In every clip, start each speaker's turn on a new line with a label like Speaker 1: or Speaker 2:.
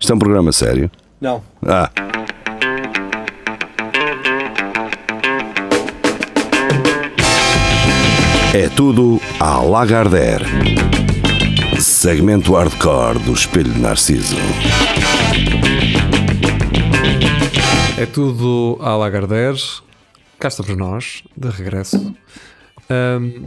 Speaker 1: Isto é um programa sério.
Speaker 2: Não.
Speaker 1: Ah, é tudo a Lagardère. Segmento hardcore do Espelho de Narciso.
Speaker 3: É tudo à Lagardère. Cá estamos nós, de regresso. Ahm,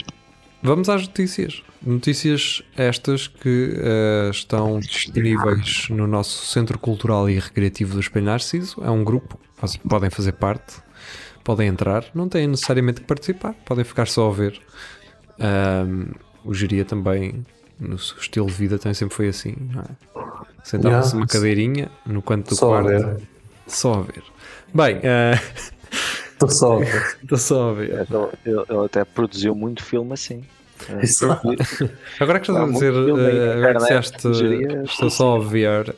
Speaker 3: vamos às notícias. Notícias estas que ah, estão disponíveis no nosso Centro Cultural e Recreativo do Espelho Narciso. É um grupo, vocês podem fazer parte, podem entrar, não têm necessariamente que participar, podem ficar só a ver. Ahm, o Geria também, no seu estilo de vida, também sempre foi assim, não é? Sentava-se
Speaker 2: Yeah.
Speaker 3: numa cadeirinha no canto do
Speaker 2: Só a
Speaker 3: quarto.
Speaker 2: ver.
Speaker 3: Só a ver. Bem, eh,
Speaker 2: Estou só.
Speaker 3: estou só a ver.
Speaker 4: Ele, Então, ele- ele até produziu muito filme assim.
Speaker 3: Agora que estás
Speaker 4: Há
Speaker 3: a
Speaker 4: muito
Speaker 3: dizer,
Speaker 4: filme aí na
Speaker 3: eh, agora que
Speaker 4: internet,
Speaker 3: disseste,
Speaker 4: sugeria-
Speaker 3: estou só a ver,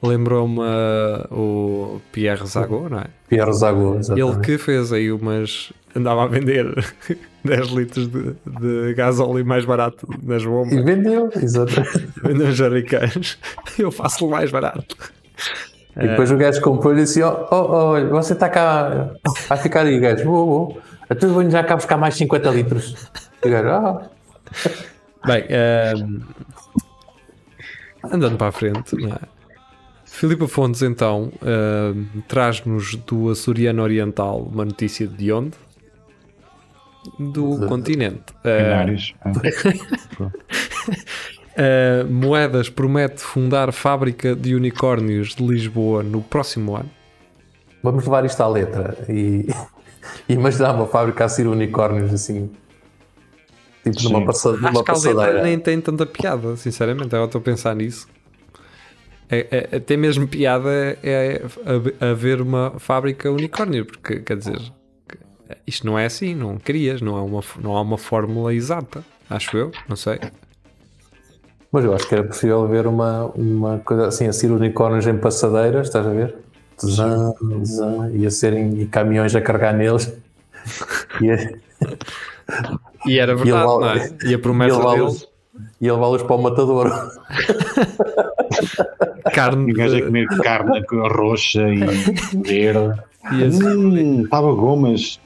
Speaker 3: lembrou-me eh, o Pierre Zago, não é?
Speaker 2: Pierre Zago,
Speaker 3: Ele
Speaker 2: exatamente.
Speaker 3: que fez aí umas. andava a vender 10 litros de, de gás óleo mais barato nas
Speaker 2: E
Speaker 3: bombas,
Speaker 2: vendeu, exatamente.
Speaker 3: nos jaricãs. Eu faço mais barato.
Speaker 2: E depois o gajo comprou e disse: Ó, ó, ó, olha, você está cá, vai ficar aí, gajo. Vou, vou. Até eu venho já cá buscar mais 50 litros. E o gajo, ah,
Speaker 3: Bem, ehm, andando para a frente, não é? Filipe Fontes então ehm, traz-nos do Açoriano Oriental uma notícia de onde? Do continente. Eh,
Speaker 5: Canários. Ah.
Speaker 3: eh, Moedas promete fundar fábrica de unicórnios de Lisboa no próximo ano.
Speaker 2: vamos levar isto à letra. E e imaginar uma fábrica a ser unicórnios assim. Tipo numa,
Speaker 5: Sim.
Speaker 2: passa, numa
Speaker 3: Acho que a letra
Speaker 2: passadeira.
Speaker 3: nem tem tanta piada, sinceramente. Agora estou a pensar nisso. É, é, até mesmo piada é hab- haver uma fábrica unicórnio, porque quer dizer, isto não é assim, não querias, não há uma, f- não há uma fórmula exata, acho eu, não sei.
Speaker 2: Mas eu acho que era possível ver uma, uma coisa assim, a ser unicórnios em passadeiras, estás a ver? Tzã, tzã, e a serem e caminhões a carregar neles. E, a-
Speaker 3: E era verdade,
Speaker 2: levá-
Speaker 3: não é? E a promessa
Speaker 2: e levá-los
Speaker 3: dele,
Speaker 2: e levá-los para o matador.
Speaker 3: carne
Speaker 5: E o Um gajo é a
Speaker 3: de,
Speaker 5: comer carne roxa e verde.
Speaker 3: e esse-
Speaker 5: Hum, estava gomas.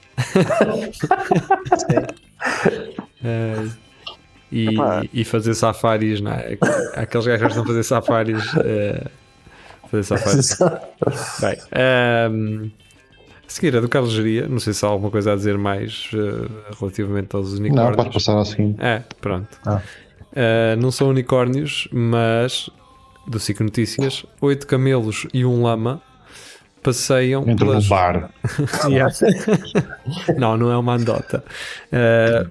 Speaker 3: eh, e,
Speaker 4: Epá.
Speaker 3: e fazer safaris, não é? Aqueles gajos que estão a fazer safaris. eh, fazer safaris. Bem, ahm, a seguir a do Carlos Geria, não sei se há alguma coisa a dizer mais eh, relativamente aos
Speaker 5: Não, pode
Speaker 3: unicórnios.
Speaker 5: passar ao seguinte.
Speaker 3: é, pronto.
Speaker 5: Ah.
Speaker 3: Ah, não são unicórnios, mas do Ciclo Notícias, oito camelos e um lama passeiam
Speaker 5: Dentro de
Speaker 3: pelas...
Speaker 5: um bar.
Speaker 3: Yeah. não, não é uma andota. Ah,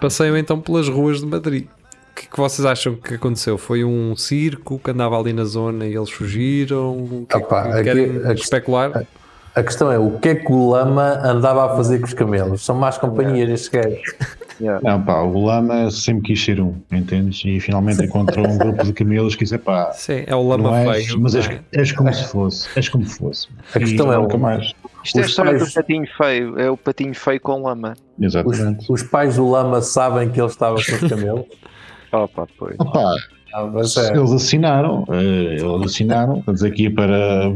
Speaker 3: passeiam então pelas ruas de Madrid. O que, que vocês acham que aconteceu? Foi um circo que andava ali na zona e eles fugiram? O Que,
Speaker 2: Opa,
Speaker 3: que
Speaker 2: aqui-
Speaker 3: querem
Speaker 2: aqui-
Speaker 3: especular?
Speaker 2: A questão é o que é que o lama andava a fazer com os camelos? São más companhias estes gajos.
Speaker 5: Não, pá, o Lama sempre quis ser um, entendes? E finalmente encontrou um grupo de camelos que disse, pá,
Speaker 3: Sim, é o
Speaker 5: não
Speaker 3: lama
Speaker 5: és,
Speaker 3: feio.
Speaker 5: mas és,
Speaker 3: não é?
Speaker 5: és como se fosse, és como se fosse.
Speaker 2: A questão
Speaker 5: E
Speaker 2: é o-
Speaker 5: nunca mais.
Speaker 4: Isto é a
Speaker 2: Os
Speaker 4: história do
Speaker 2: pais-
Speaker 4: patinho feio. É o patinho feio com lama.
Speaker 2: Os,
Speaker 5: Exatamente.
Speaker 2: os pais do lama sabem que ele estava com os camelos.
Speaker 4: Opa, pois.
Speaker 5: Opa,
Speaker 2: Ah, mas é.
Speaker 5: Eles assinaram, eh, eles assinaram, a dizer aqui para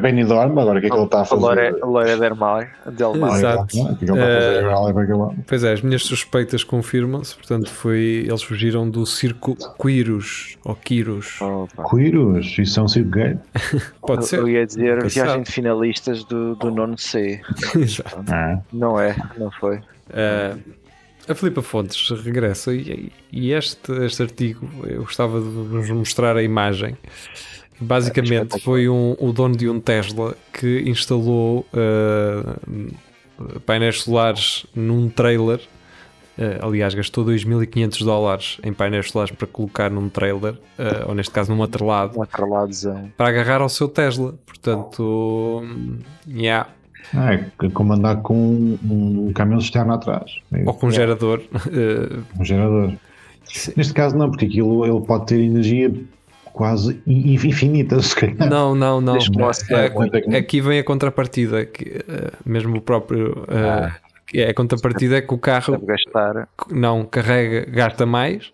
Speaker 5: Benidorm, agora o que é que ele está a
Speaker 4: A
Speaker 5: fazer?
Speaker 4: loira, a loira del mar. Del mar.
Speaker 3: Exato.
Speaker 5: O que é que ele está a
Speaker 2: Eh,
Speaker 5: fazer agora ali para aquele lado?
Speaker 3: Pois é, as minhas suspeitas confirmam-se. Portanto, foi, eles fugiram do circo Quiros ou Quiros.
Speaker 4: Opa.
Speaker 5: Coiros, isso é um circo gay.
Speaker 3: Pode
Speaker 4: Eu
Speaker 3: ser.
Speaker 4: ia dizer
Speaker 3: Nunca se
Speaker 4: viagem
Speaker 3: sabe.
Speaker 4: de finalistas do, do nono C.
Speaker 3: Exato.
Speaker 5: Ah,
Speaker 4: Não é, não foi.
Speaker 3: Ah, a Filipa Fontes regressa e, e este, este artigo eu gostava de vos mostrar a imagem. Basicamente, foi um, o dono de um Tesla que instalou ah, painéis solares num trailer. Ah, aliás, gastou 2.500 dólares em painéis solares para colocar num trailer, ah, ou neste caso num atrelado.
Speaker 4: Um atreladozão.
Speaker 3: para agarrar ao seu Tesla. Portanto, hum, yeah.
Speaker 5: ah, é que- como andar com um, um caminhão cisterna atrás, né?
Speaker 3: ou com um gerador. eh,
Speaker 5: um gerador.
Speaker 3: Sim.
Speaker 5: Neste caso não, porque aquilo ele pode ter energia quase in- infinita, se calhar.
Speaker 3: não, não, não.
Speaker 4: Deixa-me lá se
Speaker 3: É,
Speaker 4: der
Speaker 5: conta que-
Speaker 3: aqui vem a contrapartida, que, eh, mesmo o próprio. eh, é, a contrapartida é que o
Speaker 4: Deve
Speaker 3: carro
Speaker 4: gastar.
Speaker 3: não carrega, gasta mais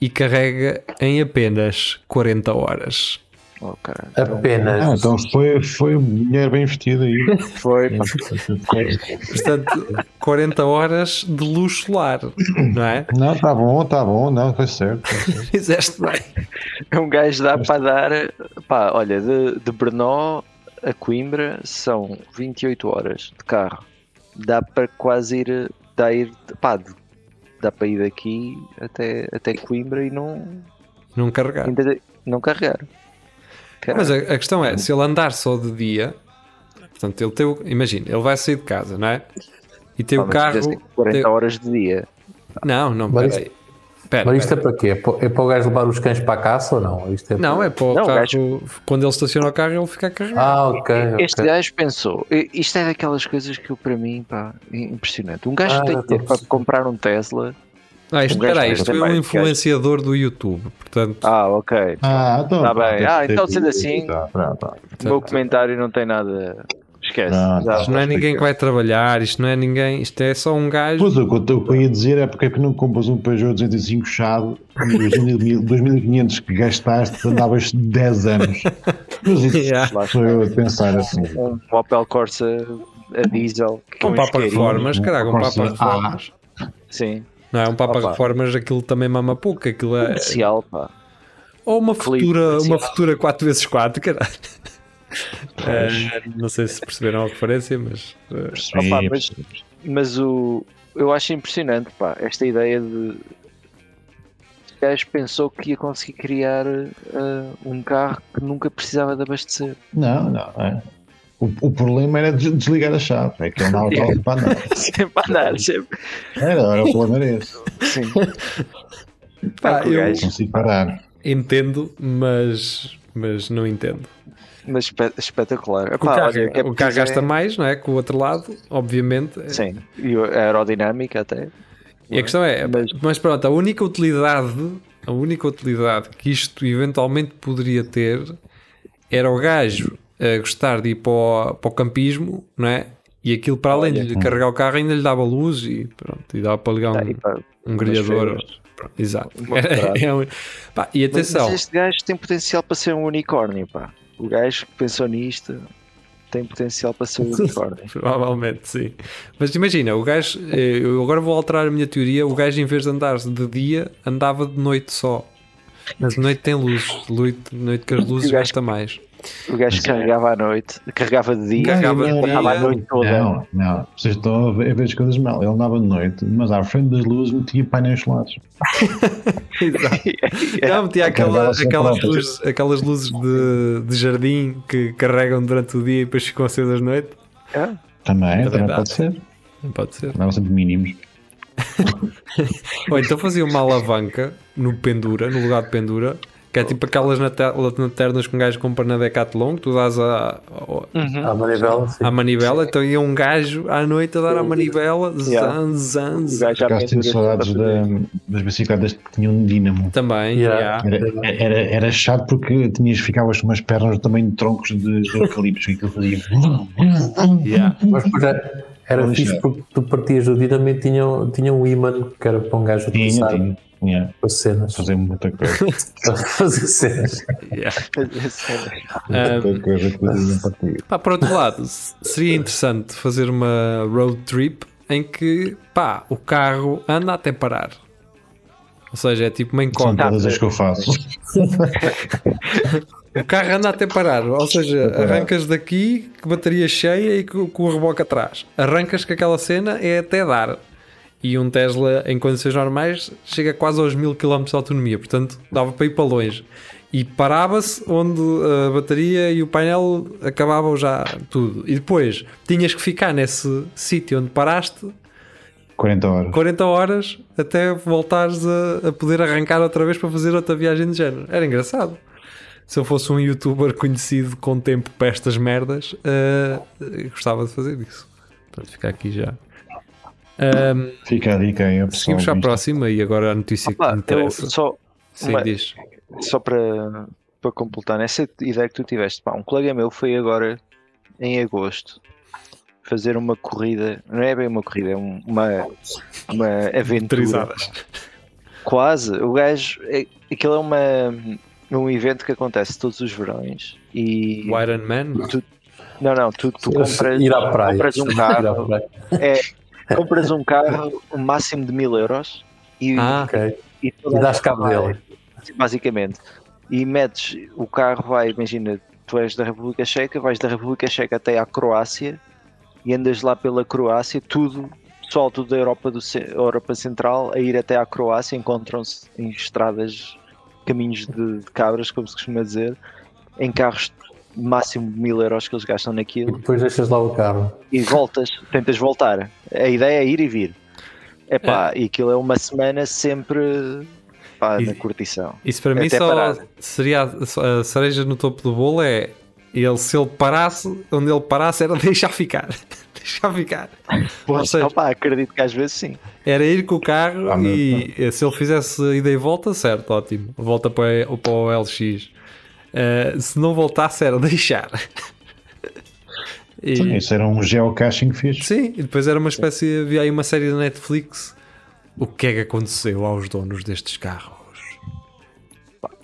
Speaker 3: e carrega em apenas 40 horas.
Speaker 4: Oh, caralho.
Speaker 2: é Apenas.
Speaker 5: Ah, então foi, foi dinheiro bem investido aí.
Speaker 4: Foi, pá.
Speaker 3: Portanto, 40 horas de luz solar, não é?
Speaker 5: Não, está bom, está bom, não, foi certo.
Speaker 3: Fizeste bem.
Speaker 4: um gajo dá para dar. Pá, olha, de, de Brno a Coimbra são 28 horas de carro. Dá para quase ir. Dá, ir, pá, de- dá para ir daqui até, até Coimbra e não,
Speaker 3: Não carregar.
Speaker 4: ainda não carregar. Caralho.
Speaker 3: Mas a, a questão é, se ele andar só de dia, portanto, ele tem o- imagina, ele vai sair de casa, não é? E tem
Speaker 4: Pá,
Speaker 3: o
Speaker 4: Ah, mas
Speaker 3: carro.
Speaker 4: tivesse 40
Speaker 3: tem-
Speaker 4: horas de dia.
Speaker 3: Não, não,
Speaker 2: Mas
Speaker 3: peraí. Pera,
Speaker 2: Mas isto é
Speaker 3: pera.
Speaker 2: para quê? É para, é para o gajo levar os cães para a caça ou não? Isto é para-
Speaker 3: Não, é para o
Speaker 4: Não, o
Speaker 3: carro.
Speaker 4: gajo-
Speaker 3: Quando ele estaciona o carro, ele fica a carregar.
Speaker 2: Ah, ok. ok.
Speaker 4: Este gajo pensou, i- isto é daquelas coisas que eu, para mim, pá, é impressionante. Um gajo
Speaker 2: Ah,
Speaker 4: que tem
Speaker 2: já
Speaker 4: dinheiro
Speaker 2: estou a
Speaker 4: para comprar um Tesla.
Speaker 3: Ah, isto,
Speaker 4: o gajo
Speaker 3: espera aí,
Speaker 4: tem-
Speaker 3: isto
Speaker 4: tem
Speaker 3: é
Speaker 4: mais de
Speaker 3: um influenciador do YouTube, portanto,
Speaker 4: Ah, ok.
Speaker 5: Ah, então.
Speaker 4: Tá bem. Ah, então sendo assim-
Speaker 5: Tá, pronto, tá.
Speaker 4: O meu comentário não tem nada. Esquece.
Speaker 5: Ah,
Speaker 4: Já-
Speaker 3: isto não é ninguém que vai trabalhar, isto não é ninguém, isto é só um gajo.
Speaker 5: Pois o que eu, o que eu ia dizer é porque é que não compras um Peugeot 205 chado e os 2000 2500 que gastaste andavas 10 anos. Mas isso
Speaker 3: Yeah.
Speaker 4: Lá
Speaker 5: sou eu a pensar assim.
Speaker 4: um Opel Corsa a diesel. que é
Speaker 3: Um
Speaker 4: eu
Speaker 3: Papa
Speaker 4: esqueci.
Speaker 3: Reformas, caralho, um
Speaker 5: Corsa
Speaker 3: Papa
Speaker 5: A.
Speaker 3: Reformas.
Speaker 4: Sim,
Speaker 3: Não é um Papa
Speaker 4: Opa.
Speaker 3: Reformas, aquilo também mama pouco, aquilo é.
Speaker 4: comercial, pá.
Speaker 3: Ou uma
Speaker 4: Clipe
Speaker 3: futura, uma
Speaker 4: comercial.
Speaker 3: futura 4x4, caralho. Eh, não sei se perceberam a referência, mas. eh,
Speaker 5: Percebi,
Speaker 4: É. Opa, mas-
Speaker 5: percebi.
Speaker 4: Mas o, eu acho impressionante, pá, esta ideia de. O gajo pensou que ia conseguir criar ah, um carro que nunca precisava de abastecer.
Speaker 5: Não, não. é. O, o problema era des- desligar a chave. É que ele não estava para andar.
Speaker 4: sempre a andar, sempre.
Speaker 5: Era, era o problema era esse.
Speaker 4: Sim.
Speaker 3: pá,
Speaker 4: Ah, que o
Speaker 3: eu
Speaker 4: gajo-
Speaker 5: Consigo parar.
Speaker 3: entendo, mas. Mas não entendo.
Speaker 4: Mas espe- espetacular.
Speaker 3: O
Speaker 4: Epá,
Speaker 3: carro,
Speaker 4: olha, que é
Speaker 3: o carro
Speaker 4: preciso é-
Speaker 3: gasta mais, não é? Com o outro lado, obviamente. é
Speaker 4: Sim, e a aerodinâmica até.
Speaker 3: E a questão é, mas,
Speaker 4: Mas-
Speaker 3: pronto, a única utilidade, a única utilidade que isto eventualmente poderia ter era o gajo a gostar de ir para o, para o campismo, não é? E aquilo para além de lhe carregar o carro ainda lhe dava luz e pronto, e dava para ligar
Speaker 4: Tá,
Speaker 3: um,
Speaker 4: e pá,
Speaker 3: um grelhador.
Speaker 4: feiras.
Speaker 3: Pronto, Exato.
Speaker 4: Uma parada.
Speaker 3: É um- pá, e
Speaker 4: mas,
Speaker 3: atenção,
Speaker 4: mas este gajo tem potencial para ser um unicórnio, pá. O gajo que pensou nisto tem potencial para ser um unicórnio.
Speaker 3: Provavelmente, sim. Mas imagina, o gajo. eh, Eu agora vou alterar a minha teoria. O gajo, em vez de andar de dia, andava de noite só. Mas de noite tem luzes. De noite, de noite que as luzes
Speaker 4: O gajo-
Speaker 3: gasta mais.
Speaker 4: O gajo carregava à noite, carregava de dia,
Speaker 3: Carregava de
Speaker 4: andava à
Speaker 3: dia.
Speaker 4: noite toda.
Speaker 5: Não, não. Vocês estão a ver, a ver as coisas mal. Ele andava de noite, mas à frente das luzes metia painéis solares.
Speaker 3: Não, metia aquela,
Speaker 5: Carregava-se
Speaker 3: aquelas,
Speaker 5: a própria.
Speaker 3: luzes, aquelas luzes de, de jardim que carregam durante o dia e depois ficam acesas de noite.
Speaker 4: É
Speaker 5: Também, também
Speaker 3: verdade.
Speaker 5: pode ser.
Speaker 3: Não pode ser.
Speaker 5: Andava sempre mínimos.
Speaker 3: Ou então fazia uma alavanca no pendura, no lugar de pendura, que é tipo aquelas nate- lanternas que um gajo compra na Decathlon, que tu dás a, a-
Speaker 2: À manivela, sim.
Speaker 3: à manivela, então ia um gajo à noite a dar à manivela,
Speaker 4: Um Yeah.
Speaker 3: zan, zan,
Speaker 4: O
Speaker 3: zan.
Speaker 4: gajo à
Speaker 5: Por acaso
Speaker 4: noite.
Speaker 5: tinha saudades da- das bicicletas que tinham um dínamo.
Speaker 3: Também,
Speaker 2: Yeah.
Speaker 3: yeah.
Speaker 5: Era, era, era chato porque tinhas, ficavas com umas pernas também de troncos de, de eucaliptos que aquilo fazia.
Speaker 3: Yeah.
Speaker 2: Mas depois era, era
Speaker 5: Pois
Speaker 2: fixe
Speaker 5: é.
Speaker 2: porque tu partias do dinamo e tinha, tinha um imã que era para um gajo
Speaker 5: Tinha,
Speaker 2: utilizar
Speaker 5: tinha, tinha.
Speaker 2: para cenas.
Speaker 5: Fazer muita coisa.
Speaker 2: Para fazer cenas.
Speaker 3: Ah,
Speaker 5: Muita coisa que faziam para ti.
Speaker 3: pá, por outro lado, s- seria interessante fazer uma road trip em que pá, o carro anda até parar. Ou seja, é tipo uma
Speaker 5: São
Speaker 3: incógnita.
Speaker 5: todas as que eu faço.
Speaker 3: O carro anda até parar. Ou seja, arrancas daqui com bateria cheia e co- com o reboque atrás. Arrancas com aquela cena é até dar. E um Tesla, em condições normais, chega quase aos 1000 km de autonomia. Portanto, dava para ir para longe. E parava-se onde a bateria e o painel acabavam já tudo. E depois tinhas que ficar nesse sítio onde paraste
Speaker 5: 40 horas.
Speaker 3: 40 horas até voltares a, a poder arrancar outra vez para fazer outra viagem de género. Era engraçado. Se eu fosse um youtuber conhecido com tempo para estas merdas, eh, eu gostava de fazer isso. Portanto, ficar aqui já. Ahm,
Speaker 5: Fica a dica aí, a pessoa.
Speaker 3: seguimos à próxima e agora a notícia que
Speaker 4: Opa, eu
Speaker 3: me interessa.
Speaker 4: só,
Speaker 3: Sim,
Speaker 4: uma-
Speaker 3: diz.
Speaker 4: só para, para completar, nessa ideia que tu tiveste, pá, um colega meu foi agora em agosto fazer uma corrida, não é bem uma corrida, é um- uma, uma aventura.
Speaker 3: Motorizadas.
Speaker 4: Quase, o gajo, é- aquilo é uma, um evento que acontece todos os verões e.
Speaker 3: O Iron Man?
Speaker 4: tu- não, não, tu, tu compras,
Speaker 2: ir à praia.
Speaker 4: compras um
Speaker 2: Ir à
Speaker 4: carro,
Speaker 2: praia.
Speaker 4: é, compras um carro um máximo de mil euros e,
Speaker 3: Ah,
Speaker 2: Ok.
Speaker 4: e toda
Speaker 2: E
Speaker 4: a
Speaker 2: dás
Speaker 4: gente
Speaker 2: cabo
Speaker 4: vai,
Speaker 2: dele.
Speaker 4: basicamente. E metes o carro, vai, imagina, tu és da República Checa, vais da República Checa até à Croácia e andas lá pela Croácia, tudo, pessoal tudo da Europa, do, ce- Europa Central a ir até à Croácia, encontram-se em estradas, caminhos de, de cabras, como se costuma dizer, em carros máximo de mil euros que eles gastam
Speaker 2: E
Speaker 4: naquilo
Speaker 2: depois deixas lá o carro.
Speaker 4: e voltas, tentas voltar. A ideia é ir e vir. Epá, e aquilo é uma semana sempre pá,
Speaker 3: E-
Speaker 4: na curtição.
Speaker 3: Isso para mim
Speaker 4: Até
Speaker 3: só
Speaker 4: parar.
Speaker 3: seria a- só a cereja no topo do bolo é ele se ele parasse, onde ele parasse era deixar ficar. deixar ficar. Ou seja,
Speaker 4: Opa, então, acredito que às vezes sim.
Speaker 3: era ir com o carro
Speaker 5: Ah, meu
Speaker 3: e eh, se ele fizesse ida e volta, certo, ótimo. Volta para, o- para o LX. Eh, se não voltasse era deixar. E-
Speaker 5: Sim, Isso era um geocaching fixe.
Speaker 3: Sim, e depois era uma espécie. Havia aí uma série da Netflix. O que é que aconteceu aos donos destes carros?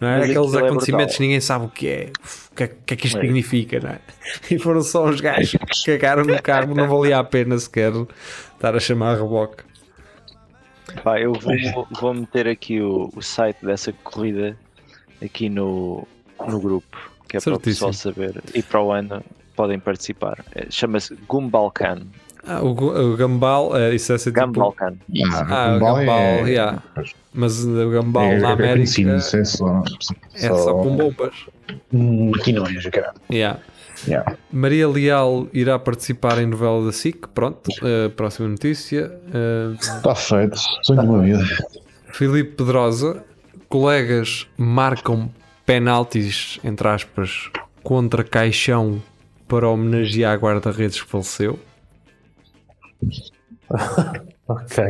Speaker 3: Não é?
Speaker 4: mas aquilo
Speaker 3: Aqueles
Speaker 4: é
Speaker 3: acontecimentos
Speaker 4: brutal.
Speaker 3: que ninguém sabe o que é. O que é, o que é que isto
Speaker 4: É.
Speaker 3: significa, não é? E foram só os gajos que cagaram no carro, não valia a pena sequer estar a chamar a reboque.
Speaker 4: Pá, eu vou, vou meter aqui o, o site dessa corrida aqui no, no grupo, que é para
Speaker 3: Certíssimo.
Speaker 4: o pessoal saber. E para o ano podem participar. É, Chama-se Gumbalcan.
Speaker 3: Ah, o, gu- o Gambal, eh, isso é ser tipo.
Speaker 4: Gumbalcan.
Speaker 3: Ah, o Gambal, yeah. Mas o Gambal
Speaker 5: um é,
Speaker 3: na América
Speaker 5: Sim, isso é só, um-
Speaker 3: é só com bombas.
Speaker 5: Hum, Aqui não é, caralho.
Speaker 3: Yeah.
Speaker 5: Yeah.
Speaker 3: Maria Leal irá participar em novela da SIC, pronto, eh, próxima notícia. Eh,
Speaker 5: Está Tá feito. Sonho de uma vida.
Speaker 3: Filipe Pedrosa, colegas marcam penaltis, entre aspas, contra Caixão para homenagear a guarda-redes que faleceu.
Speaker 2: Ok.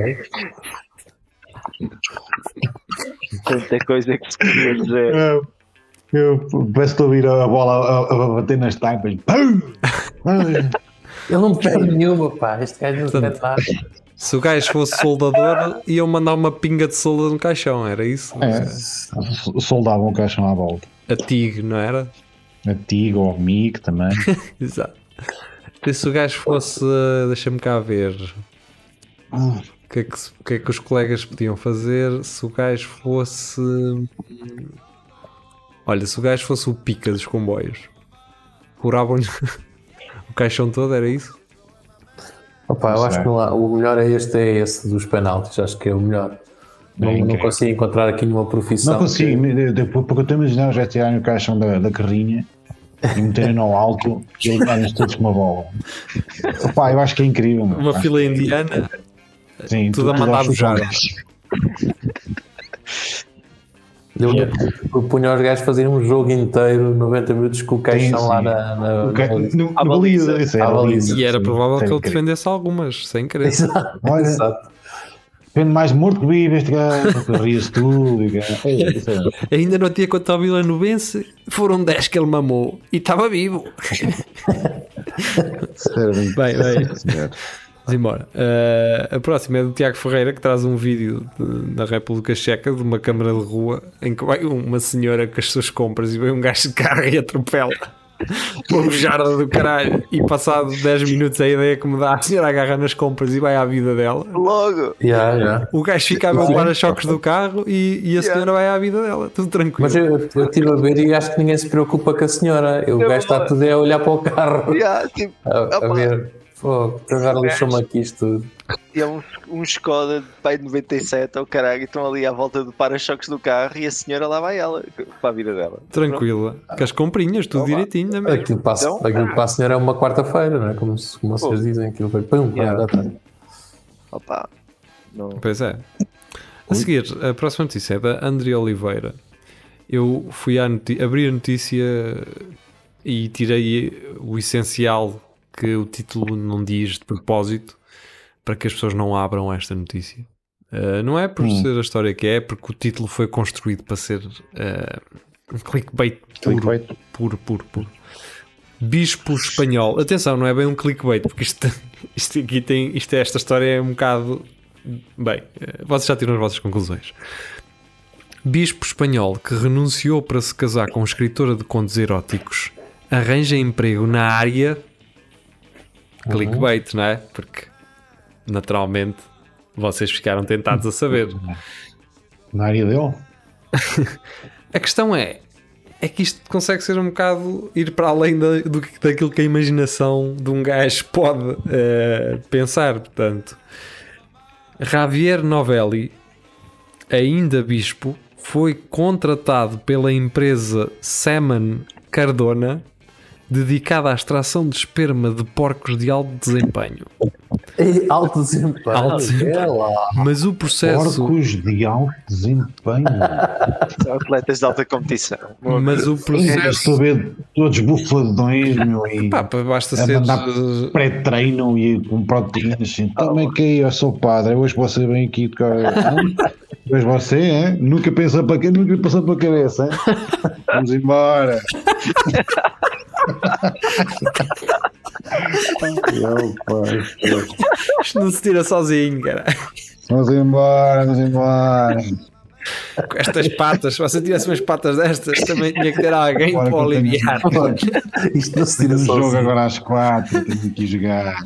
Speaker 4: Tanta coisa que se podia dizer.
Speaker 5: Eu, eu parece que estou a ouvir a bola a, a bater nas taipas. Pum!
Speaker 2: Ele não perde nenhuma, pá. Este gajo não
Speaker 3: Portanto,
Speaker 2: perde nada.
Speaker 3: Se o gajo fosse soldador, iam mandar uma pinga de solda no caixão, era isso?
Speaker 5: É, soldavam o caixão à volta.
Speaker 3: A TIG, não era?
Speaker 5: A Tigo ou Mico também.
Speaker 3: Exato. E se o gajo fosse. eh, Deixa-me cá ver. O que, é que, se- o que é que os colegas podiam fazer se o gajo fosse. hum, Olha, se o gajo fosse o pica dos comboios, furavam-lhe o caixão todo, era isso?
Speaker 2: Opa, eu
Speaker 5: Não
Speaker 2: acho
Speaker 5: sei.
Speaker 2: que não há- o melhor é este, é esse dos penaltis. Acho que é o melhor. Não, não
Speaker 5: incrível.
Speaker 2: consigo encontrar aqui nenhuma profissão.
Speaker 5: Não consigo,
Speaker 2: que-
Speaker 5: me- de- de- porque eu estou a imaginar já tirarem o caixão da, da carrinha e meterem no alto e levarem todos com uma bola. Pá, eu acho que é incrível. meu.
Speaker 3: Uma
Speaker 5: Acho
Speaker 3: fila indiana?
Speaker 5: que- sim,
Speaker 3: tudo a
Speaker 5: aos
Speaker 3: mandar beijar.
Speaker 5: pujados.
Speaker 2: Eu propunha aos gajos fazerem um jogo inteiro, 90 minutos, com o caixão
Speaker 5: Sim,
Speaker 2: lá
Speaker 5: sim.
Speaker 2: na. na-
Speaker 5: O ca-
Speaker 2: na-
Speaker 5: no-
Speaker 4: À
Speaker 5: no
Speaker 4: baliza.
Speaker 5: baliza, isso
Speaker 2: À
Speaker 5: é,
Speaker 2: baliza.
Speaker 5: baliza.
Speaker 3: E era
Speaker 5: Sim,
Speaker 3: provável
Speaker 5: sim,
Speaker 3: que ele
Speaker 5: incrível.
Speaker 3: defendesse algumas, sem querer.
Speaker 2: Exato.
Speaker 5: Olha,
Speaker 2: Exato.
Speaker 5: Pende mais morto que vivo este gajo, ria-se tudo. e cara. Ei, isso é-
Speaker 3: Ainda não tinha quanto ao Vilanovense, foram 10 que ele mamou e estava vivo.
Speaker 5: isso era bem-
Speaker 3: Bem, bem.
Speaker 5: Senhor.
Speaker 3: Vamos embora. Uh, a próxima é do Tiago Ferreira que traz um vídeo de- da República Checa de uma câmara de rua em que vai uma senhora com as suas compras e vem um gajo de carro e atropela. Uma bujarda do caralho. E passado 10 minutos a ideia é que me dá, a senhora agarra nas compras e vai à vida dela.
Speaker 4: Logo!
Speaker 2: Yeah, yeah.
Speaker 3: O gajo fica a ver o para-choques do carro e, e a senhora vai à vida dela. Tudo tranquilo.
Speaker 2: Mas eu eu estive a ver e acho que ninguém se preocupa com a senhora. O gajo está tudo é a olhar para o carro.
Speaker 4: Yeah, tipo,
Speaker 2: A, a
Speaker 4: Opa.
Speaker 2: ver. Pô, agora lixou-me aqui isto tudo.
Speaker 4: E é um, um Skoda de pai de 97, oh caralho, e estão ali à volta do para-choques do carro e a senhora lá vai ela, para a vida dela.
Speaker 3: Tranquila. Com as comprinhas, tudo direitinho, não é mesmo?
Speaker 2: Aquilo para, a-
Speaker 4: Então,
Speaker 2: aquilo
Speaker 3: ah.
Speaker 2: para a senhora é uma quarta-feira, não é? Como, se- como vocês dizem. Aquilo foi pum, pum,
Speaker 4: Yeah.
Speaker 2: já está.
Speaker 4: Opa, não.
Speaker 3: Pois é. A seguir, a próxima notícia é da André Oliveira. Eu fui à noti- abri a notícia e tirei o essencial que o título não diz de propósito para que as pessoas não abram esta notícia. Ah, não é por ser a história que é, é porque o título foi construído para ser ah, um clickbait puro,
Speaker 5: Clickbait.
Speaker 3: puro, puro, puro. Bispo espanhol. Atenção, não é bem um clickbait, porque isto, isto aqui tem. Isto, é- esta história é um bocado. Bem, eh, vocês já tiram as vossas conclusões. Bispo espanhol que renunciou para se casar com escritora de contos eróticos arranja emprego na área. Clickbait, não é? Porque naturalmente vocês ficaram tentados a saber.
Speaker 5: Na área dele?
Speaker 3: A questão é: é que isto consegue ser um bocado ir para além da, do, que- daquilo que a imaginação de um gajo pode eh, pensar. Portanto, Javier Novelli, ainda bispo, foi contratado pela empresa Semen Cardona, dedicada à extração de esperma de porcos de alto desempenho.
Speaker 2: E alto desempenho.
Speaker 3: Alto desempenho.
Speaker 2: É lá.
Speaker 3: Mas o processo.
Speaker 5: Porcos de alto desempenho.
Speaker 4: São atletas de alta competição.
Speaker 3: Mas o
Speaker 5: Quero
Speaker 3: processo.
Speaker 5: saber todos bufadões, meu, e
Speaker 3: Pá, basta
Speaker 5: a
Speaker 3: ser.
Speaker 5: É mandar
Speaker 2: eh,
Speaker 5: pré-treinam e com proteínas. Assim. Como é que é? Eu sou padre, hoje você vem aqui tocar. hein? Hoje você, hein? Nunca pensa para quê? Nunca passou para a cabeça, hein? Vamos embora. Eu, pai,
Speaker 3: Isto não se tira sozinho, cara.
Speaker 5: vamos embora, vamos embora.
Speaker 3: Com estas patas, se você tivesse umas patas destas, também tinha que ter alguém para
Speaker 5: Agora que eu tenho-
Speaker 3: aliviar.
Speaker 2: Isto não se tira
Speaker 5: Temos um jogo
Speaker 2: sozinho.
Speaker 5: agora às quatro, temos aqui jogar.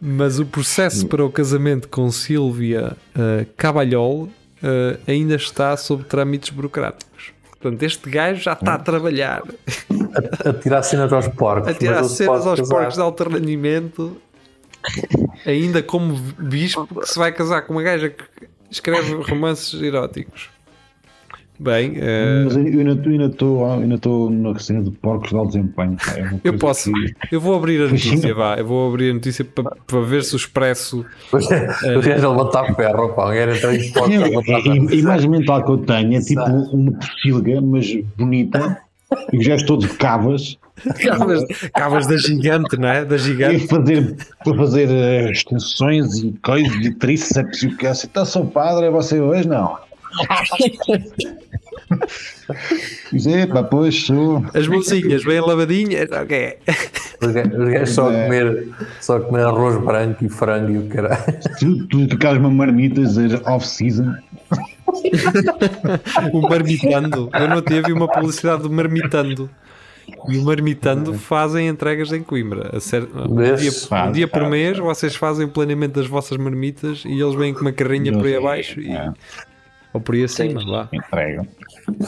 Speaker 3: Mas o processo para o casamento com Silvia eh, Cabalhol eh, ainda está sob trâmites burocráticos. Portanto, este gajo já está a trabalhar,
Speaker 2: A tirar cenas aos porcos.
Speaker 3: a tirar
Speaker 2: mas ele
Speaker 3: cenas
Speaker 2: pode
Speaker 3: aos
Speaker 2: casar.
Speaker 3: porcos de alternamento, ainda como bispo que se vai casar com uma gaja que escreve romances eróticos. Bem, eh,
Speaker 5: Mas eu ainda- eu ainda estou ainda estou na cena de porcos de alto desempenho. pá, é uma
Speaker 3: Eu
Speaker 5: coisa
Speaker 3: posso.
Speaker 5: que-
Speaker 3: Eu vou abrir a
Speaker 5: Imagina.
Speaker 3: notícia, vá. Eu vou abrir a notícia para, para ver se o Expresso.
Speaker 2: Os gajos a levantar ferro, pá. Era então em porcos a levantar
Speaker 5: A
Speaker 2: ferro.
Speaker 5: imagem mental que eu tenho é tipo uma pocilga, mas bonita, e os gajos todos de cavas,
Speaker 3: Cavas, cavas da gigante, não é? Da
Speaker 5: e a
Speaker 3: gigante.
Speaker 5: fazer, a fazer eh, extensões e coisas de tríceps e o que é assim. Está sou padre, é você hoje? Não. Diz, epá, pois sou.
Speaker 3: As mãozinhas bem lavadinhas. É Ok.
Speaker 2: Os gajos- Os gajos só a comer, só a comer arroz branco e frango e o caralho.
Speaker 5: Tu, tu tocares uma marmita e dizer off-season.
Speaker 3: O marmitando. Eu não teve uma publicidade do marmitando. E o marmitando fazem entregas em Coimbra. A cer- Um dia,
Speaker 2: Vês?
Speaker 3: um dia por
Speaker 5: é? Faz,
Speaker 3: mês vocês fazem o planeamento das vossas marmitas e eles vêm com uma carrinha por aí abaixo e,
Speaker 5: É,
Speaker 3: ou por aí acima. Lá.
Speaker 5: entrego.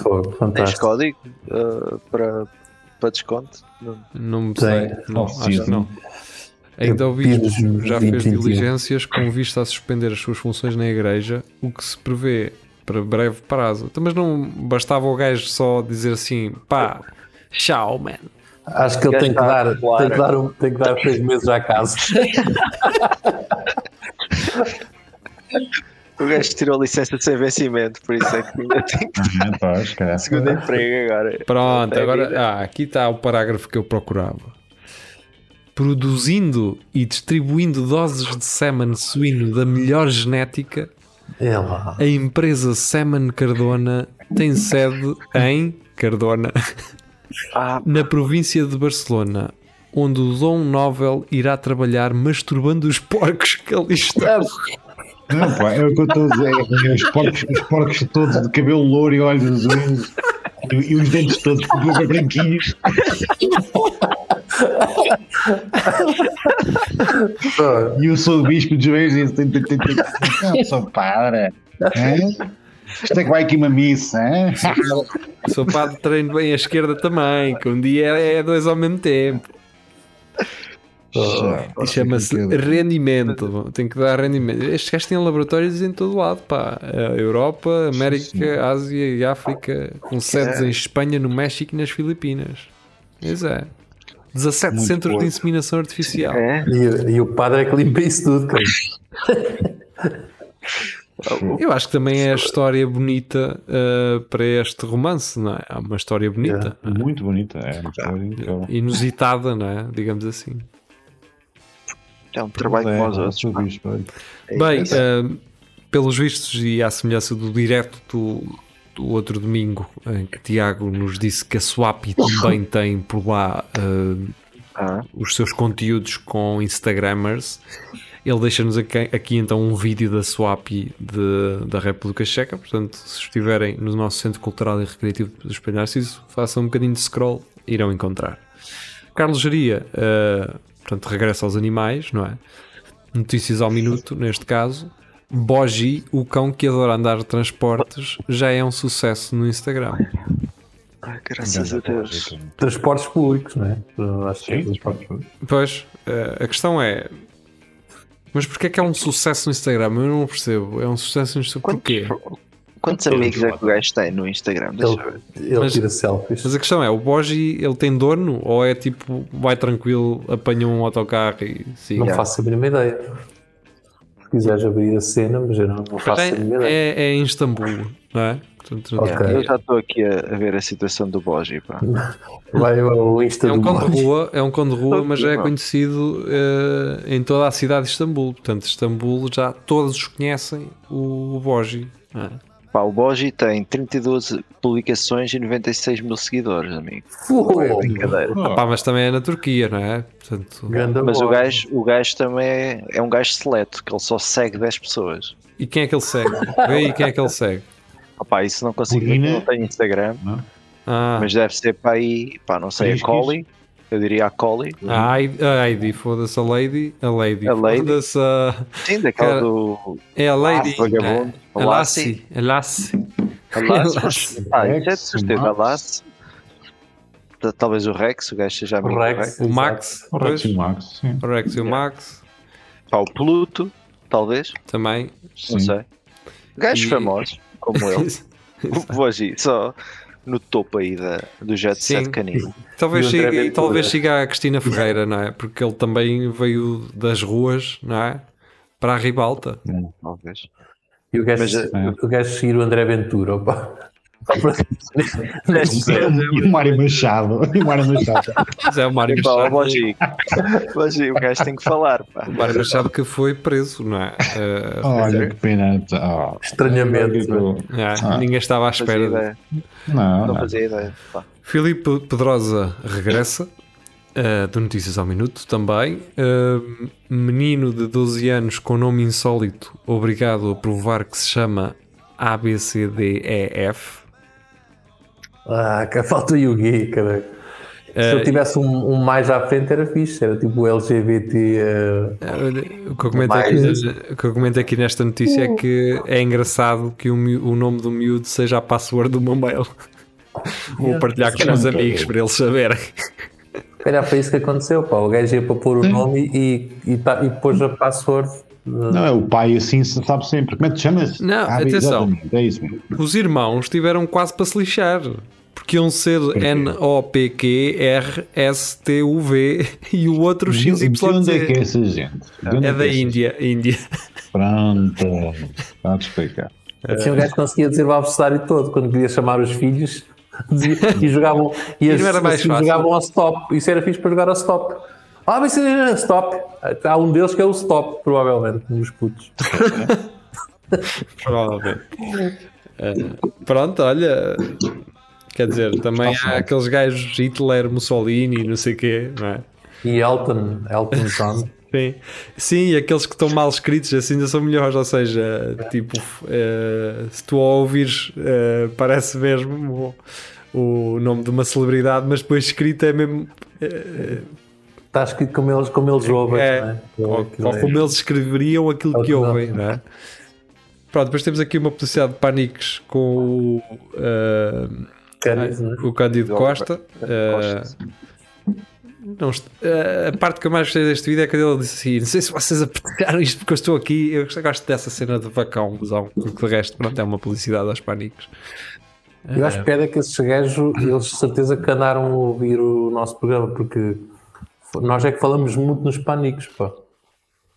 Speaker 2: Fogo,
Speaker 4: Tens
Speaker 2: fantástico.
Speaker 4: código eh, para, para desconto? Não.
Speaker 3: Não me sei.
Speaker 2: Tem.
Speaker 3: Não,
Speaker 5: Não,
Speaker 3: acho
Speaker 5: sim.
Speaker 3: que não. Ainda o bispo
Speaker 2: Pires,
Speaker 3: já
Speaker 2: vinte,
Speaker 3: fez
Speaker 2: vinte e um.
Speaker 3: diligências com vista a suspender as suas funções na igreja, o que se prevê para breve prazo. Então, Mas não bastava o gajo só dizer assim, pá, tchau, man.
Speaker 2: Acho que ele tem que dar, tem que dar, um, tem que dar três meses à casa.
Speaker 4: O gajo tirou a licença sem vencimento, por isso é que ainda tem
Speaker 5: Ah, pois, caralho.
Speaker 4: segundo emprego agora.
Speaker 3: Pronto,
Speaker 4: Até a
Speaker 3: agora
Speaker 4: vida.
Speaker 3: ah, aqui está o parágrafo que eu procurava. Produzindo e distribuindo doses de sêmen suíno da melhor genética,
Speaker 2: É lá.
Speaker 3: a empresa Semen Cardona tem sede em Cardona,
Speaker 4: Ah,
Speaker 3: na província de Barcelona, onde o Dom Novel irá trabalhar masturbando os porcos que ali estão.
Speaker 5: Não, pá, é o que eu estou a dizer. Os porcos, os porcos todos de cabelo louro e olhos azuis. E, e os dentes todos com boca branquinhos. E eu sou o bispo de joelhos e tem- tem- tem- tem- Não, sou padre. Hã? Isto é que vai aqui uma missa. hã?
Speaker 3: Sou padre, treino bem à esquerda também, que um dia é dois ao mesmo tempo. E Chama-se rendimento. Tem que dar rendimento. Estes gajos têm laboratórios em todo lado, pá. A Europa, América, Ásia e África, com sedes
Speaker 5: é.
Speaker 3: em Espanha, no México e nas Filipinas. Pois é. 17
Speaker 5: Muito
Speaker 3: centros de
Speaker 5: bom.
Speaker 3: inseminação artificial.
Speaker 4: é?
Speaker 2: E, o- e o padre é que é limpa isso tudo, cara.
Speaker 3: Eu acho que também é a história bonita uh, para este romance, não é? É uma história bonita,
Speaker 5: Muito bonita. É, muito
Speaker 4: Tá.
Speaker 5: bonita.
Speaker 3: inusitada, não é? Digamos assim.
Speaker 4: É um trabalho como os outros.
Speaker 5: sou bispo. olha.
Speaker 3: Bem, ahm, pelos vistos e à semelhança do direto do, do outro domingo, em que Tiago nos disse que a Swap também tem por lá eh, ahm,
Speaker 4: Ah,
Speaker 3: os seus conteúdos com Instagrammers, Ele deixa-nos aqui, aqui, então um vídeo da SWAPI de, da República Checa. Portanto, se estiverem no nosso Centro Cultural e Recreativo do Espelho Narciso, façam um bocadinho de scroll, irão encontrar. Carlos Geria, uh, portanto, regressa aos animais, não é? Notícias ao minuto, neste caso. Boji, o cão que adora andar de transportes, já é um sucesso no Instagram.
Speaker 4: Ai, Ah, graças a Deus.
Speaker 2: Transportes públicos, não é? Acho que é
Speaker 5: Sim.
Speaker 2: transportes públicos.
Speaker 3: Pois, eh, a questão é. Mas porque é que é um sucesso no Instagram? Eu não percebo. É um sucesso no Instagram. Porquê?
Speaker 4: Quantos amigos é que o gajo tem no Instagram? Deixa eu ver.
Speaker 2: Ele, ele
Speaker 3: Mas-
Speaker 2: tira selfies.
Speaker 3: Mas a questão é: o Boji ele tem dono ou é tipo, vai tranquilo, apanha um autocarro e
Speaker 2: Não
Speaker 3: siga?
Speaker 4: Yeah.
Speaker 2: faço a mínima ideia. Se quiseres abrir a cena, mas eu não, não faço a mínima
Speaker 3: É, é,
Speaker 2: ideia.
Speaker 3: é em Istambul, não é? Portanto, não-
Speaker 2: Ok.
Speaker 4: Eu já estou aqui a, a ver a situação do Boji, pá.
Speaker 2: Vai ao Insta
Speaker 3: É um
Speaker 2: do
Speaker 3: cão de
Speaker 2: Boris.
Speaker 3: rua, é um cão de rua,
Speaker 4: Ok,
Speaker 3: mas é
Speaker 4: bom.
Speaker 3: conhecido eh, em toda a cidade de Istambul. Portanto, Istambul já todos os conhecem o Boji. não é?
Speaker 4: Pá, o Boji tem 32 publicações e 96 mil seguidores, amigo.
Speaker 2: Fogo!
Speaker 4: Não é brincadeira.
Speaker 5: Oh,
Speaker 3: Pá, mas também é na Turquia, não é? Portanto,
Speaker 2: Ganda
Speaker 4: Mas o
Speaker 2: Boris.
Speaker 4: gajo, o gajo também é, é um gajo seleto, que ele só segue 10 pessoas.
Speaker 3: E quem é que ele segue? Vê aí quem é que ele segue.
Speaker 4: Opá, isso não consigo ver,
Speaker 5: Purina.
Speaker 4: não tenho Instagram,
Speaker 3: Ah,
Speaker 4: mas deve ser para aí, pá, não sei, a
Speaker 5: Priscos.
Speaker 4: Collie, eu diria a Collie,
Speaker 3: a Heidi, a Heidi, foda-se, a Lady, a Lady,
Speaker 4: A Lady.
Speaker 3: foda-se, a...
Speaker 4: sim, daquela
Speaker 3: Cara,
Speaker 4: do
Speaker 3: é a Lady,
Speaker 4: Ah, vagabundo.
Speaker 3: é, a
Speaker 4: Lassie.
Speaker 3: Lassie, a
Speaker 4: a
Speaker 3: Lassie,
Speaker 4: Lass, pá, isso é de certeza, a Lass, Ta- talvez o Rex, o gajo seja amigo
Speaker 2: O
Speaker 4: do
Speaker 2: Rex.
Speaker 4: Rex,
Speaker 3: o Max,
Speaker 5: o
Speaker 3: pois,
Speaker 5: Rex e o Max, um sim.
Speaker 3: o Rex e o Max,
Speaker 4: pá, o Pluto, talvez,
Speaker 3: também,
Speaker 4: não
Speaker 5: Sim.
Speaker 4: sei, gajos
Speaker 3: E-
Speaker 4: famosos, como eu, vou agir só no topo aí da, do Jet
Speaker 3: Sim.
Speaker 4: Set Canino,
Speaker 3: talvez
Speaker 2: E o
Speaker 3: siga,
Speaker 2: André
Speaker 3: e talvez
Speaker 2: Ventura.
Speaker 3: siga a Cristina Ferreira, não é? Porque ele também veio das ruas, não é? Para a ribalta.
Speaker 4: talvez.
Speaker 2: E o gajo,
Speaker 4: Mas, eh,
Speaker 2: o gajo seguir o André Ventura, opa.
Speaker 4: É,
Speaker 5: E o Mário Machado. E o Mário Machado.
Speaker 3: Mas é o Mário
Speaker 4: Pá, o
Speaker 3: Machado.
Speaker 4: Boji, Boji, o gajo tem que falar, pá.
Speaker 3: O Mário Machado que foi preso, não é? Eh,
Speaker 5: Olha que pena. Oh.
Speaker 2: Estranhamente.
Speaker 5: Não,
Speaker 3: não é?
Speaker 5: Ah.
Speaker 3: Ninguém estava à
Speaker 4: Não fazia
Speaker 3: espera disso.
Speaker 4: ideia, não
Speaker 5: não.
Speaker 4: fazia ideia, pá.
Speaker 3: Filipe Pedrosa regressa eh, do Notícias ao Minuto também. Eh, menino de 12 anos com nome insólito, obrigado a provar que se chama ABCDEF.
Speaker 2: Ah, que falta o Gui, caralho. Se eu
Speaker 3: É,
Speaker 2: tivesse um, um mais à frente era fixe, era tipo o LGBT. eh,
Speaker 3: Eh, olha, O que, eu comento aqui, o que eu comento aqui nesta notícia é que é engraçado que o, miú- o nome do miúdo seja a password do meu mail. Vou partilhar com os meus amigos para eles saberem.
Speaker 2: se calhar foi isso que aconteceu, pá. O gajo ia para pôr o nome e, e, tá- e pôs a password. eh,
Speaker 5: Não, é o pai assim se sabe sempre. Como é que te chamas?
Speaker 3: Não,
Speaker 5: Ah,
Speaker 3: atenção.
Speaker 5: exatamente, É isso mesmo.
Speaker 3: Os irmãos tiveram quase para se lixar. Porque iam ser N-O-P-Q-R-S-T-U-V e o outro
Speaker 5: De- de onde é que
Speaker 3: XYZ.
Speaker 5: é essa gente? De onde
Speaker 3: É
Speaker 5: que
Speaker 3: da
Speaker 5: essa
Speaker 3: Índia. Índia.
Speaker 5: gente? Pronto. Está a explicar.
Speaker 3: É.
Speaker 2: Assim o gajo conseguia dizer o abecedário todo quando queria chamar os filhos dizia- e jogavam e,
Speaker 3: E não era mais
Speaker 2: assim,
Speaker 3: fácil.
Speaker 2: jogavam ao stop. Isso era fixe para jogar ao stop. Ah, mas isso é stop. Há um deles que é o stop, provavelmente, nos putos.
Speaker 3: Provavelmente. Ah, pronto, olha. Quer dizer, também há aqueles gajos Hitler, Mussolini, não sei o quê, não é?
Speaker 2: E Elton, Elton John.
Speaker 3: Sim. Sim, e aqueles que estão mal escritos assim ainda são melhores, ou seja, tipo, eh, se tu a ouvires, eh, parece mesmo o, o nome de uma celebridade, mas depois escrito é mesmo. eh,
Speaker 2: Está Tá escrito como eles, como eles ouvem.
Speaker 3: É.
Speaker 2: não é?
Speaker 3: ou,
Speaker 2: Aquilo
Speaker 3: ou
Speaker 2: é-
Speaker 3: como eles escreveriam aquilo que
Speaker 2: Aquilo.
Speaker 3: ouvem, não é? Pronto, depois temos aqui uma publicidade de paniques com o, eh,
Speaker 2: Cândido, não é?
Speaker 3: o Cândido Costa. eh,
Speaker 4: Costa.
Speaker 3: não est- eh, a parte que eu mais gostei deste vídeo é que ele disse assim: não sei se vocês apertaram isto porque eu estou aqui. Eu gosto- gosto dessa cena de vacão, busão, porque o resto pronto, é uma publicidade aos pânicos.
Speaker 2: Eu acho que é que esses gajos, eles de certeza que andaram a ouvir o nosso programa, porque fo- nós é que falamos muito nos pânicos, pá.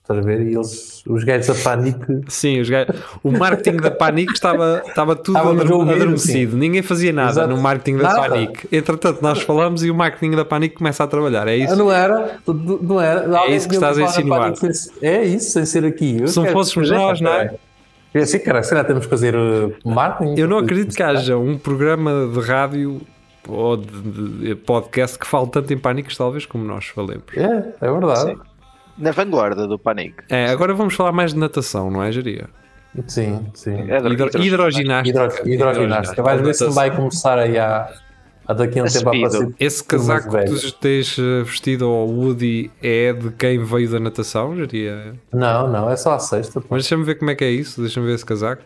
Speaker 2: Estás a ver? E eles, os gajos a pânico.
Speaker 3: Sim, os gajos- o marketing da Panic estava, estava tudo
Speaker 2: Estávamos a
Speaker 3: adorme-
Speaker 2: ouvir,
Speaker 3: adormecido, ninguém fazia nada
Speaker 2: Exato.
Speaker 3: no marketing da
Speaker 2: Nada.
Speaker 3: Panic. Entretanto, nós falamos e o marketing da Panic começa a trabalhar. É
Speaker 2: Ah,
Speaker 3: isso. É
Speaker 2: Não era? Tu- tu- Não era? Alguém
Speaker 3: isso que
Speaker 2: devia
Speaker 3: estás a
Speaker 2: falar de
Speaker 3: insinuar.
Speaker 2: pânico sem- É isso, sem ser aqui. Eu
Speaker 3: Se não
Speaker 2: quero-
Speaker 3: fôssemos nós, não é?
Speaker 2: Eu sei, cara, será que temos que fazer uh, marketing?
Speaker 3: Eu não acredito que haja um programa de rádio ou de, de podcast que fale tanto em pânicos, talvez, como nós falemos.
Speaker 2: É, é verdade.
Speaker 4: na vanguarda do pânico.
Speaker 3: É, agora vamos falar mais de natação, não é, Jeria?
Speaker 2: Sim, sim.
Speaker 4: É
Speaker 3: Hidro, hidroginástica.
Speaker 2: Hidro, hidroginástica. Vais ver se me vai começar aí a, a daqui a um
Speaker 4: A
Speaker 2: tempo a
Speaker 4: speedo.
Speaker 2: aparecer.
Speaker 3: Esse
Speaker 2: Tudo muito
Speaker 3: casaco que
Speaker 2: velho.
Speaker 3: tu tens eh, vestido ao Woody é de quem veio da natação, Jeria?
Speaker 2: Não, não, é só a sexta. pô.
Speaker 3: Mas deixa-me ver como é que é isso, deixa-me ver esse casaco.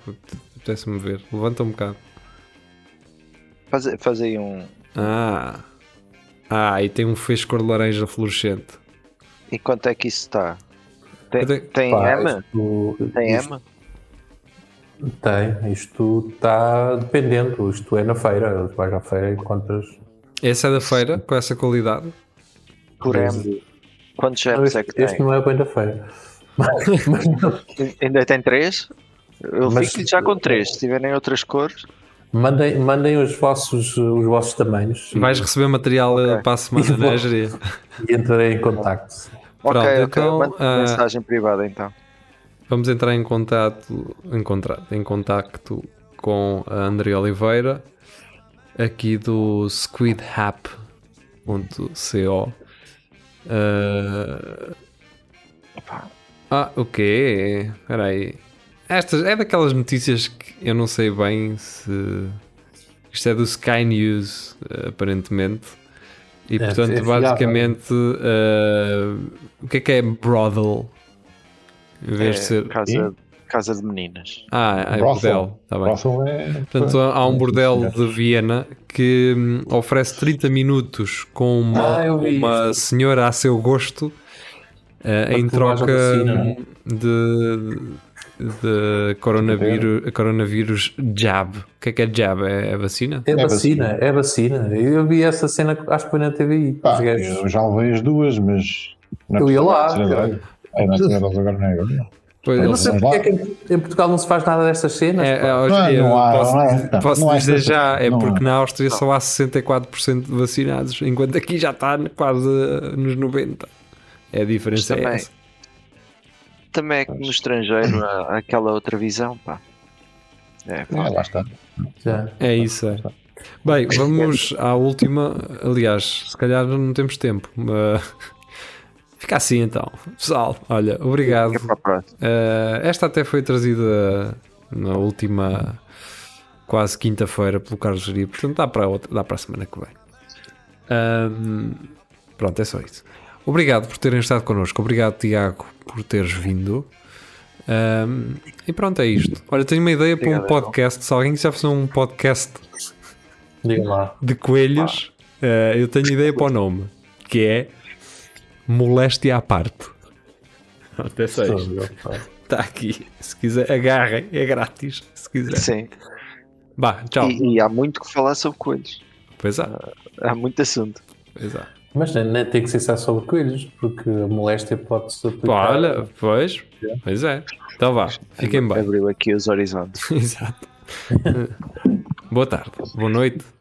Speaker 3: Apetece-me ver. Levanta um bocado.
Speaker 4: Faz, faz aí um.
Speaker 3: Ah. Ah, e tem um feixe cor de laranja fluorescente.
Speaker 4: E quanto é que isso está? Tem,
Speaker 3: Eu tenho-
Speaker 4: tem
Speaker 2: Pá,
Speaker 4: M?
Speaker 2: isto-
Speaker 4: Tem
Speaker 2: isto-
Speaker 4: M?
Speaker 2: Tem, isto está dependendo. Isto é na feira. Tu vais à feira e quantas.
Speaker 3: Essa é da feira, com essa qualidade.
Speaker 4: Por M. Quantos M's é que
Speaker 2: Este,
Speaker 4: tem?
Speaker 2: este não é bem da feira.
Speaker 4: Ainda tem três? Eu
Speaker 2: Mas-
Speaker 4: fico já com três. Se tiverem outras cores,
Speaker 2: Mandem, mandem os, vossos, os vossos tamanhos
Speaker 3: Vais receber material eh,
Speaker 4: Ok.
Speaker 3: para a semana, não é, Jeria?
Speaker 2: e entrarei em contacto.
Speaker 3: Pronto,
Speaker 4: ok,
Speaker 3: então,
Speaker 4: ok. Manda
Speaker 3: ah,
Speaker 4: mensagem privada então.
Speaker 3: Vamos entrar em contato, em contrato, em contacto com a André Oliveira, aqui do squidhap.co. Ah, Ah, o quê? Espera aí. Estas é daquelas notícias que eu não sei bem se. Isto é do Sky News, eh, aparentemente. E portanto,
Speaker 2: é fiável.
Speaker 3: basicamente, ah, o que é que é brothel? Em vez de
Speaker 4: É,
Speaker 3: ser.
Speaker 4: casa, casa de meninas.
Speaker 3: Ah, é bordel.
Speaker 5: Brothel.
Speaker 3: Tá bem.
Speaker 5: Russell é.
Speaker 3: Portanto, há há um bordel de Viena que hum, oferece 30 minutos com uma,
Speaker 2: Ah, eu vi
Speaker 3: uma
Speaker 2: isto.
Speaker 3: senhora a seu gosto eh, em
Speaker 2: colagem
Speaker 3: troca
Speaker 2: de sina,
Speaker 3: hum, de, de coronavírus, coronavírus jab. O que é que é jab? É, é vacina?
Speaker 2: É,
Speaker 5: É
Speaker 2: vacina, é vacina. Eu vi essa cena, acho que foi na TVI.
Speaker 5: Pá,
Speaker 2: Os gajos-
Speaker 5: eu já levei as duas, mas. não é
Speaker 2: Eu ia lá,
Speaker 5: possível,
Speaker 2: cara.
Speaker 5: será? É, não é possível, agora não é agora.
Speaker 3: Pois,
Speaker 2: Eu não
Speaker 3: eles-
Speaker 2: sei porque é que em- em Portugal não se faz nada destas cenas.
Speaker 3: é,
Speaker 2: pá.
Speaker 3: é, hoje-
Speaker 5: Não é,
Speaker 3: eu
Speaker 5: não há,
Speaker 3: posso
Speaker 5: não é,
Speaker 3: dizer-
Speaker 5: não,
Speaker 3: posso
Speaker 5: não há
Speaker 3: dizer
Speaker 5: esta-
Speaker 3: já, é
Speaker 5: não
Speaker 3: porque
Speaker 5: há.
Speaker 3: na Áustria só há 64% de vacinados, enquanto aqui já está quase eh, nos 90%. É a diferença é
Speaker 4: Também.
Speaker 3: essa.
Speaker 4: Também é que no estrangeiro há aquela outra visão, pá. É, pá.
Speaker 5: Ah, lá está.
Speaker 2: Já.
Speaker 3: É isso, é. Bem, vamos à última. Aliás, se calhar não temos tempo. mas- Fica assim então. Pessoal, olha, obrigado.
Speaker 4: Fica é para a próxima.
Speaker 3: Eh, esta até foi trazida na última quase quinta-feira pelo Carlos Geria, portanto dá para, outra, dá para a semana que vem. Ahm, pronto, é só isso. Obrigado por terem estado connosco, obrigado Tiago por teres vindo. Ahm, e pronto, é isto. Olha, tenho uma ideia para um
Speaker 4: Obrigado, então.
Speaker 3: podcast. Se alguém quiser fazer um podcast
Speaker 2: Diga lá.
Speaker 3: de coelhos, eh, eu tenho ideia para o nome, que é Moléstia à parte. Até sei. Está aqui. Se quiser, agarrem. É grátis. Se quiser.
Speaker 4: Sim.
Speaker 3: Bah, tchau.
Speaker 4: E, e há muito que falar sobre coelhos.
Speaker 3: Pois é.
Speaker 4: Há muito assunto.
Speaker 3: Pois é.
Speaker 2: Mas nem, nem tem que ser só sobre coelhos, porque a moléstia pode-se
Speaker 3: Pô,
Speaker 2: aplicar.
Speaker 3: olha, pois. Pois é. Então vá. Fiquem bem.
Speaker 4: Abriu aqui os horizontes.
Speaker 3: Exato. Boa tarde. Boa noite.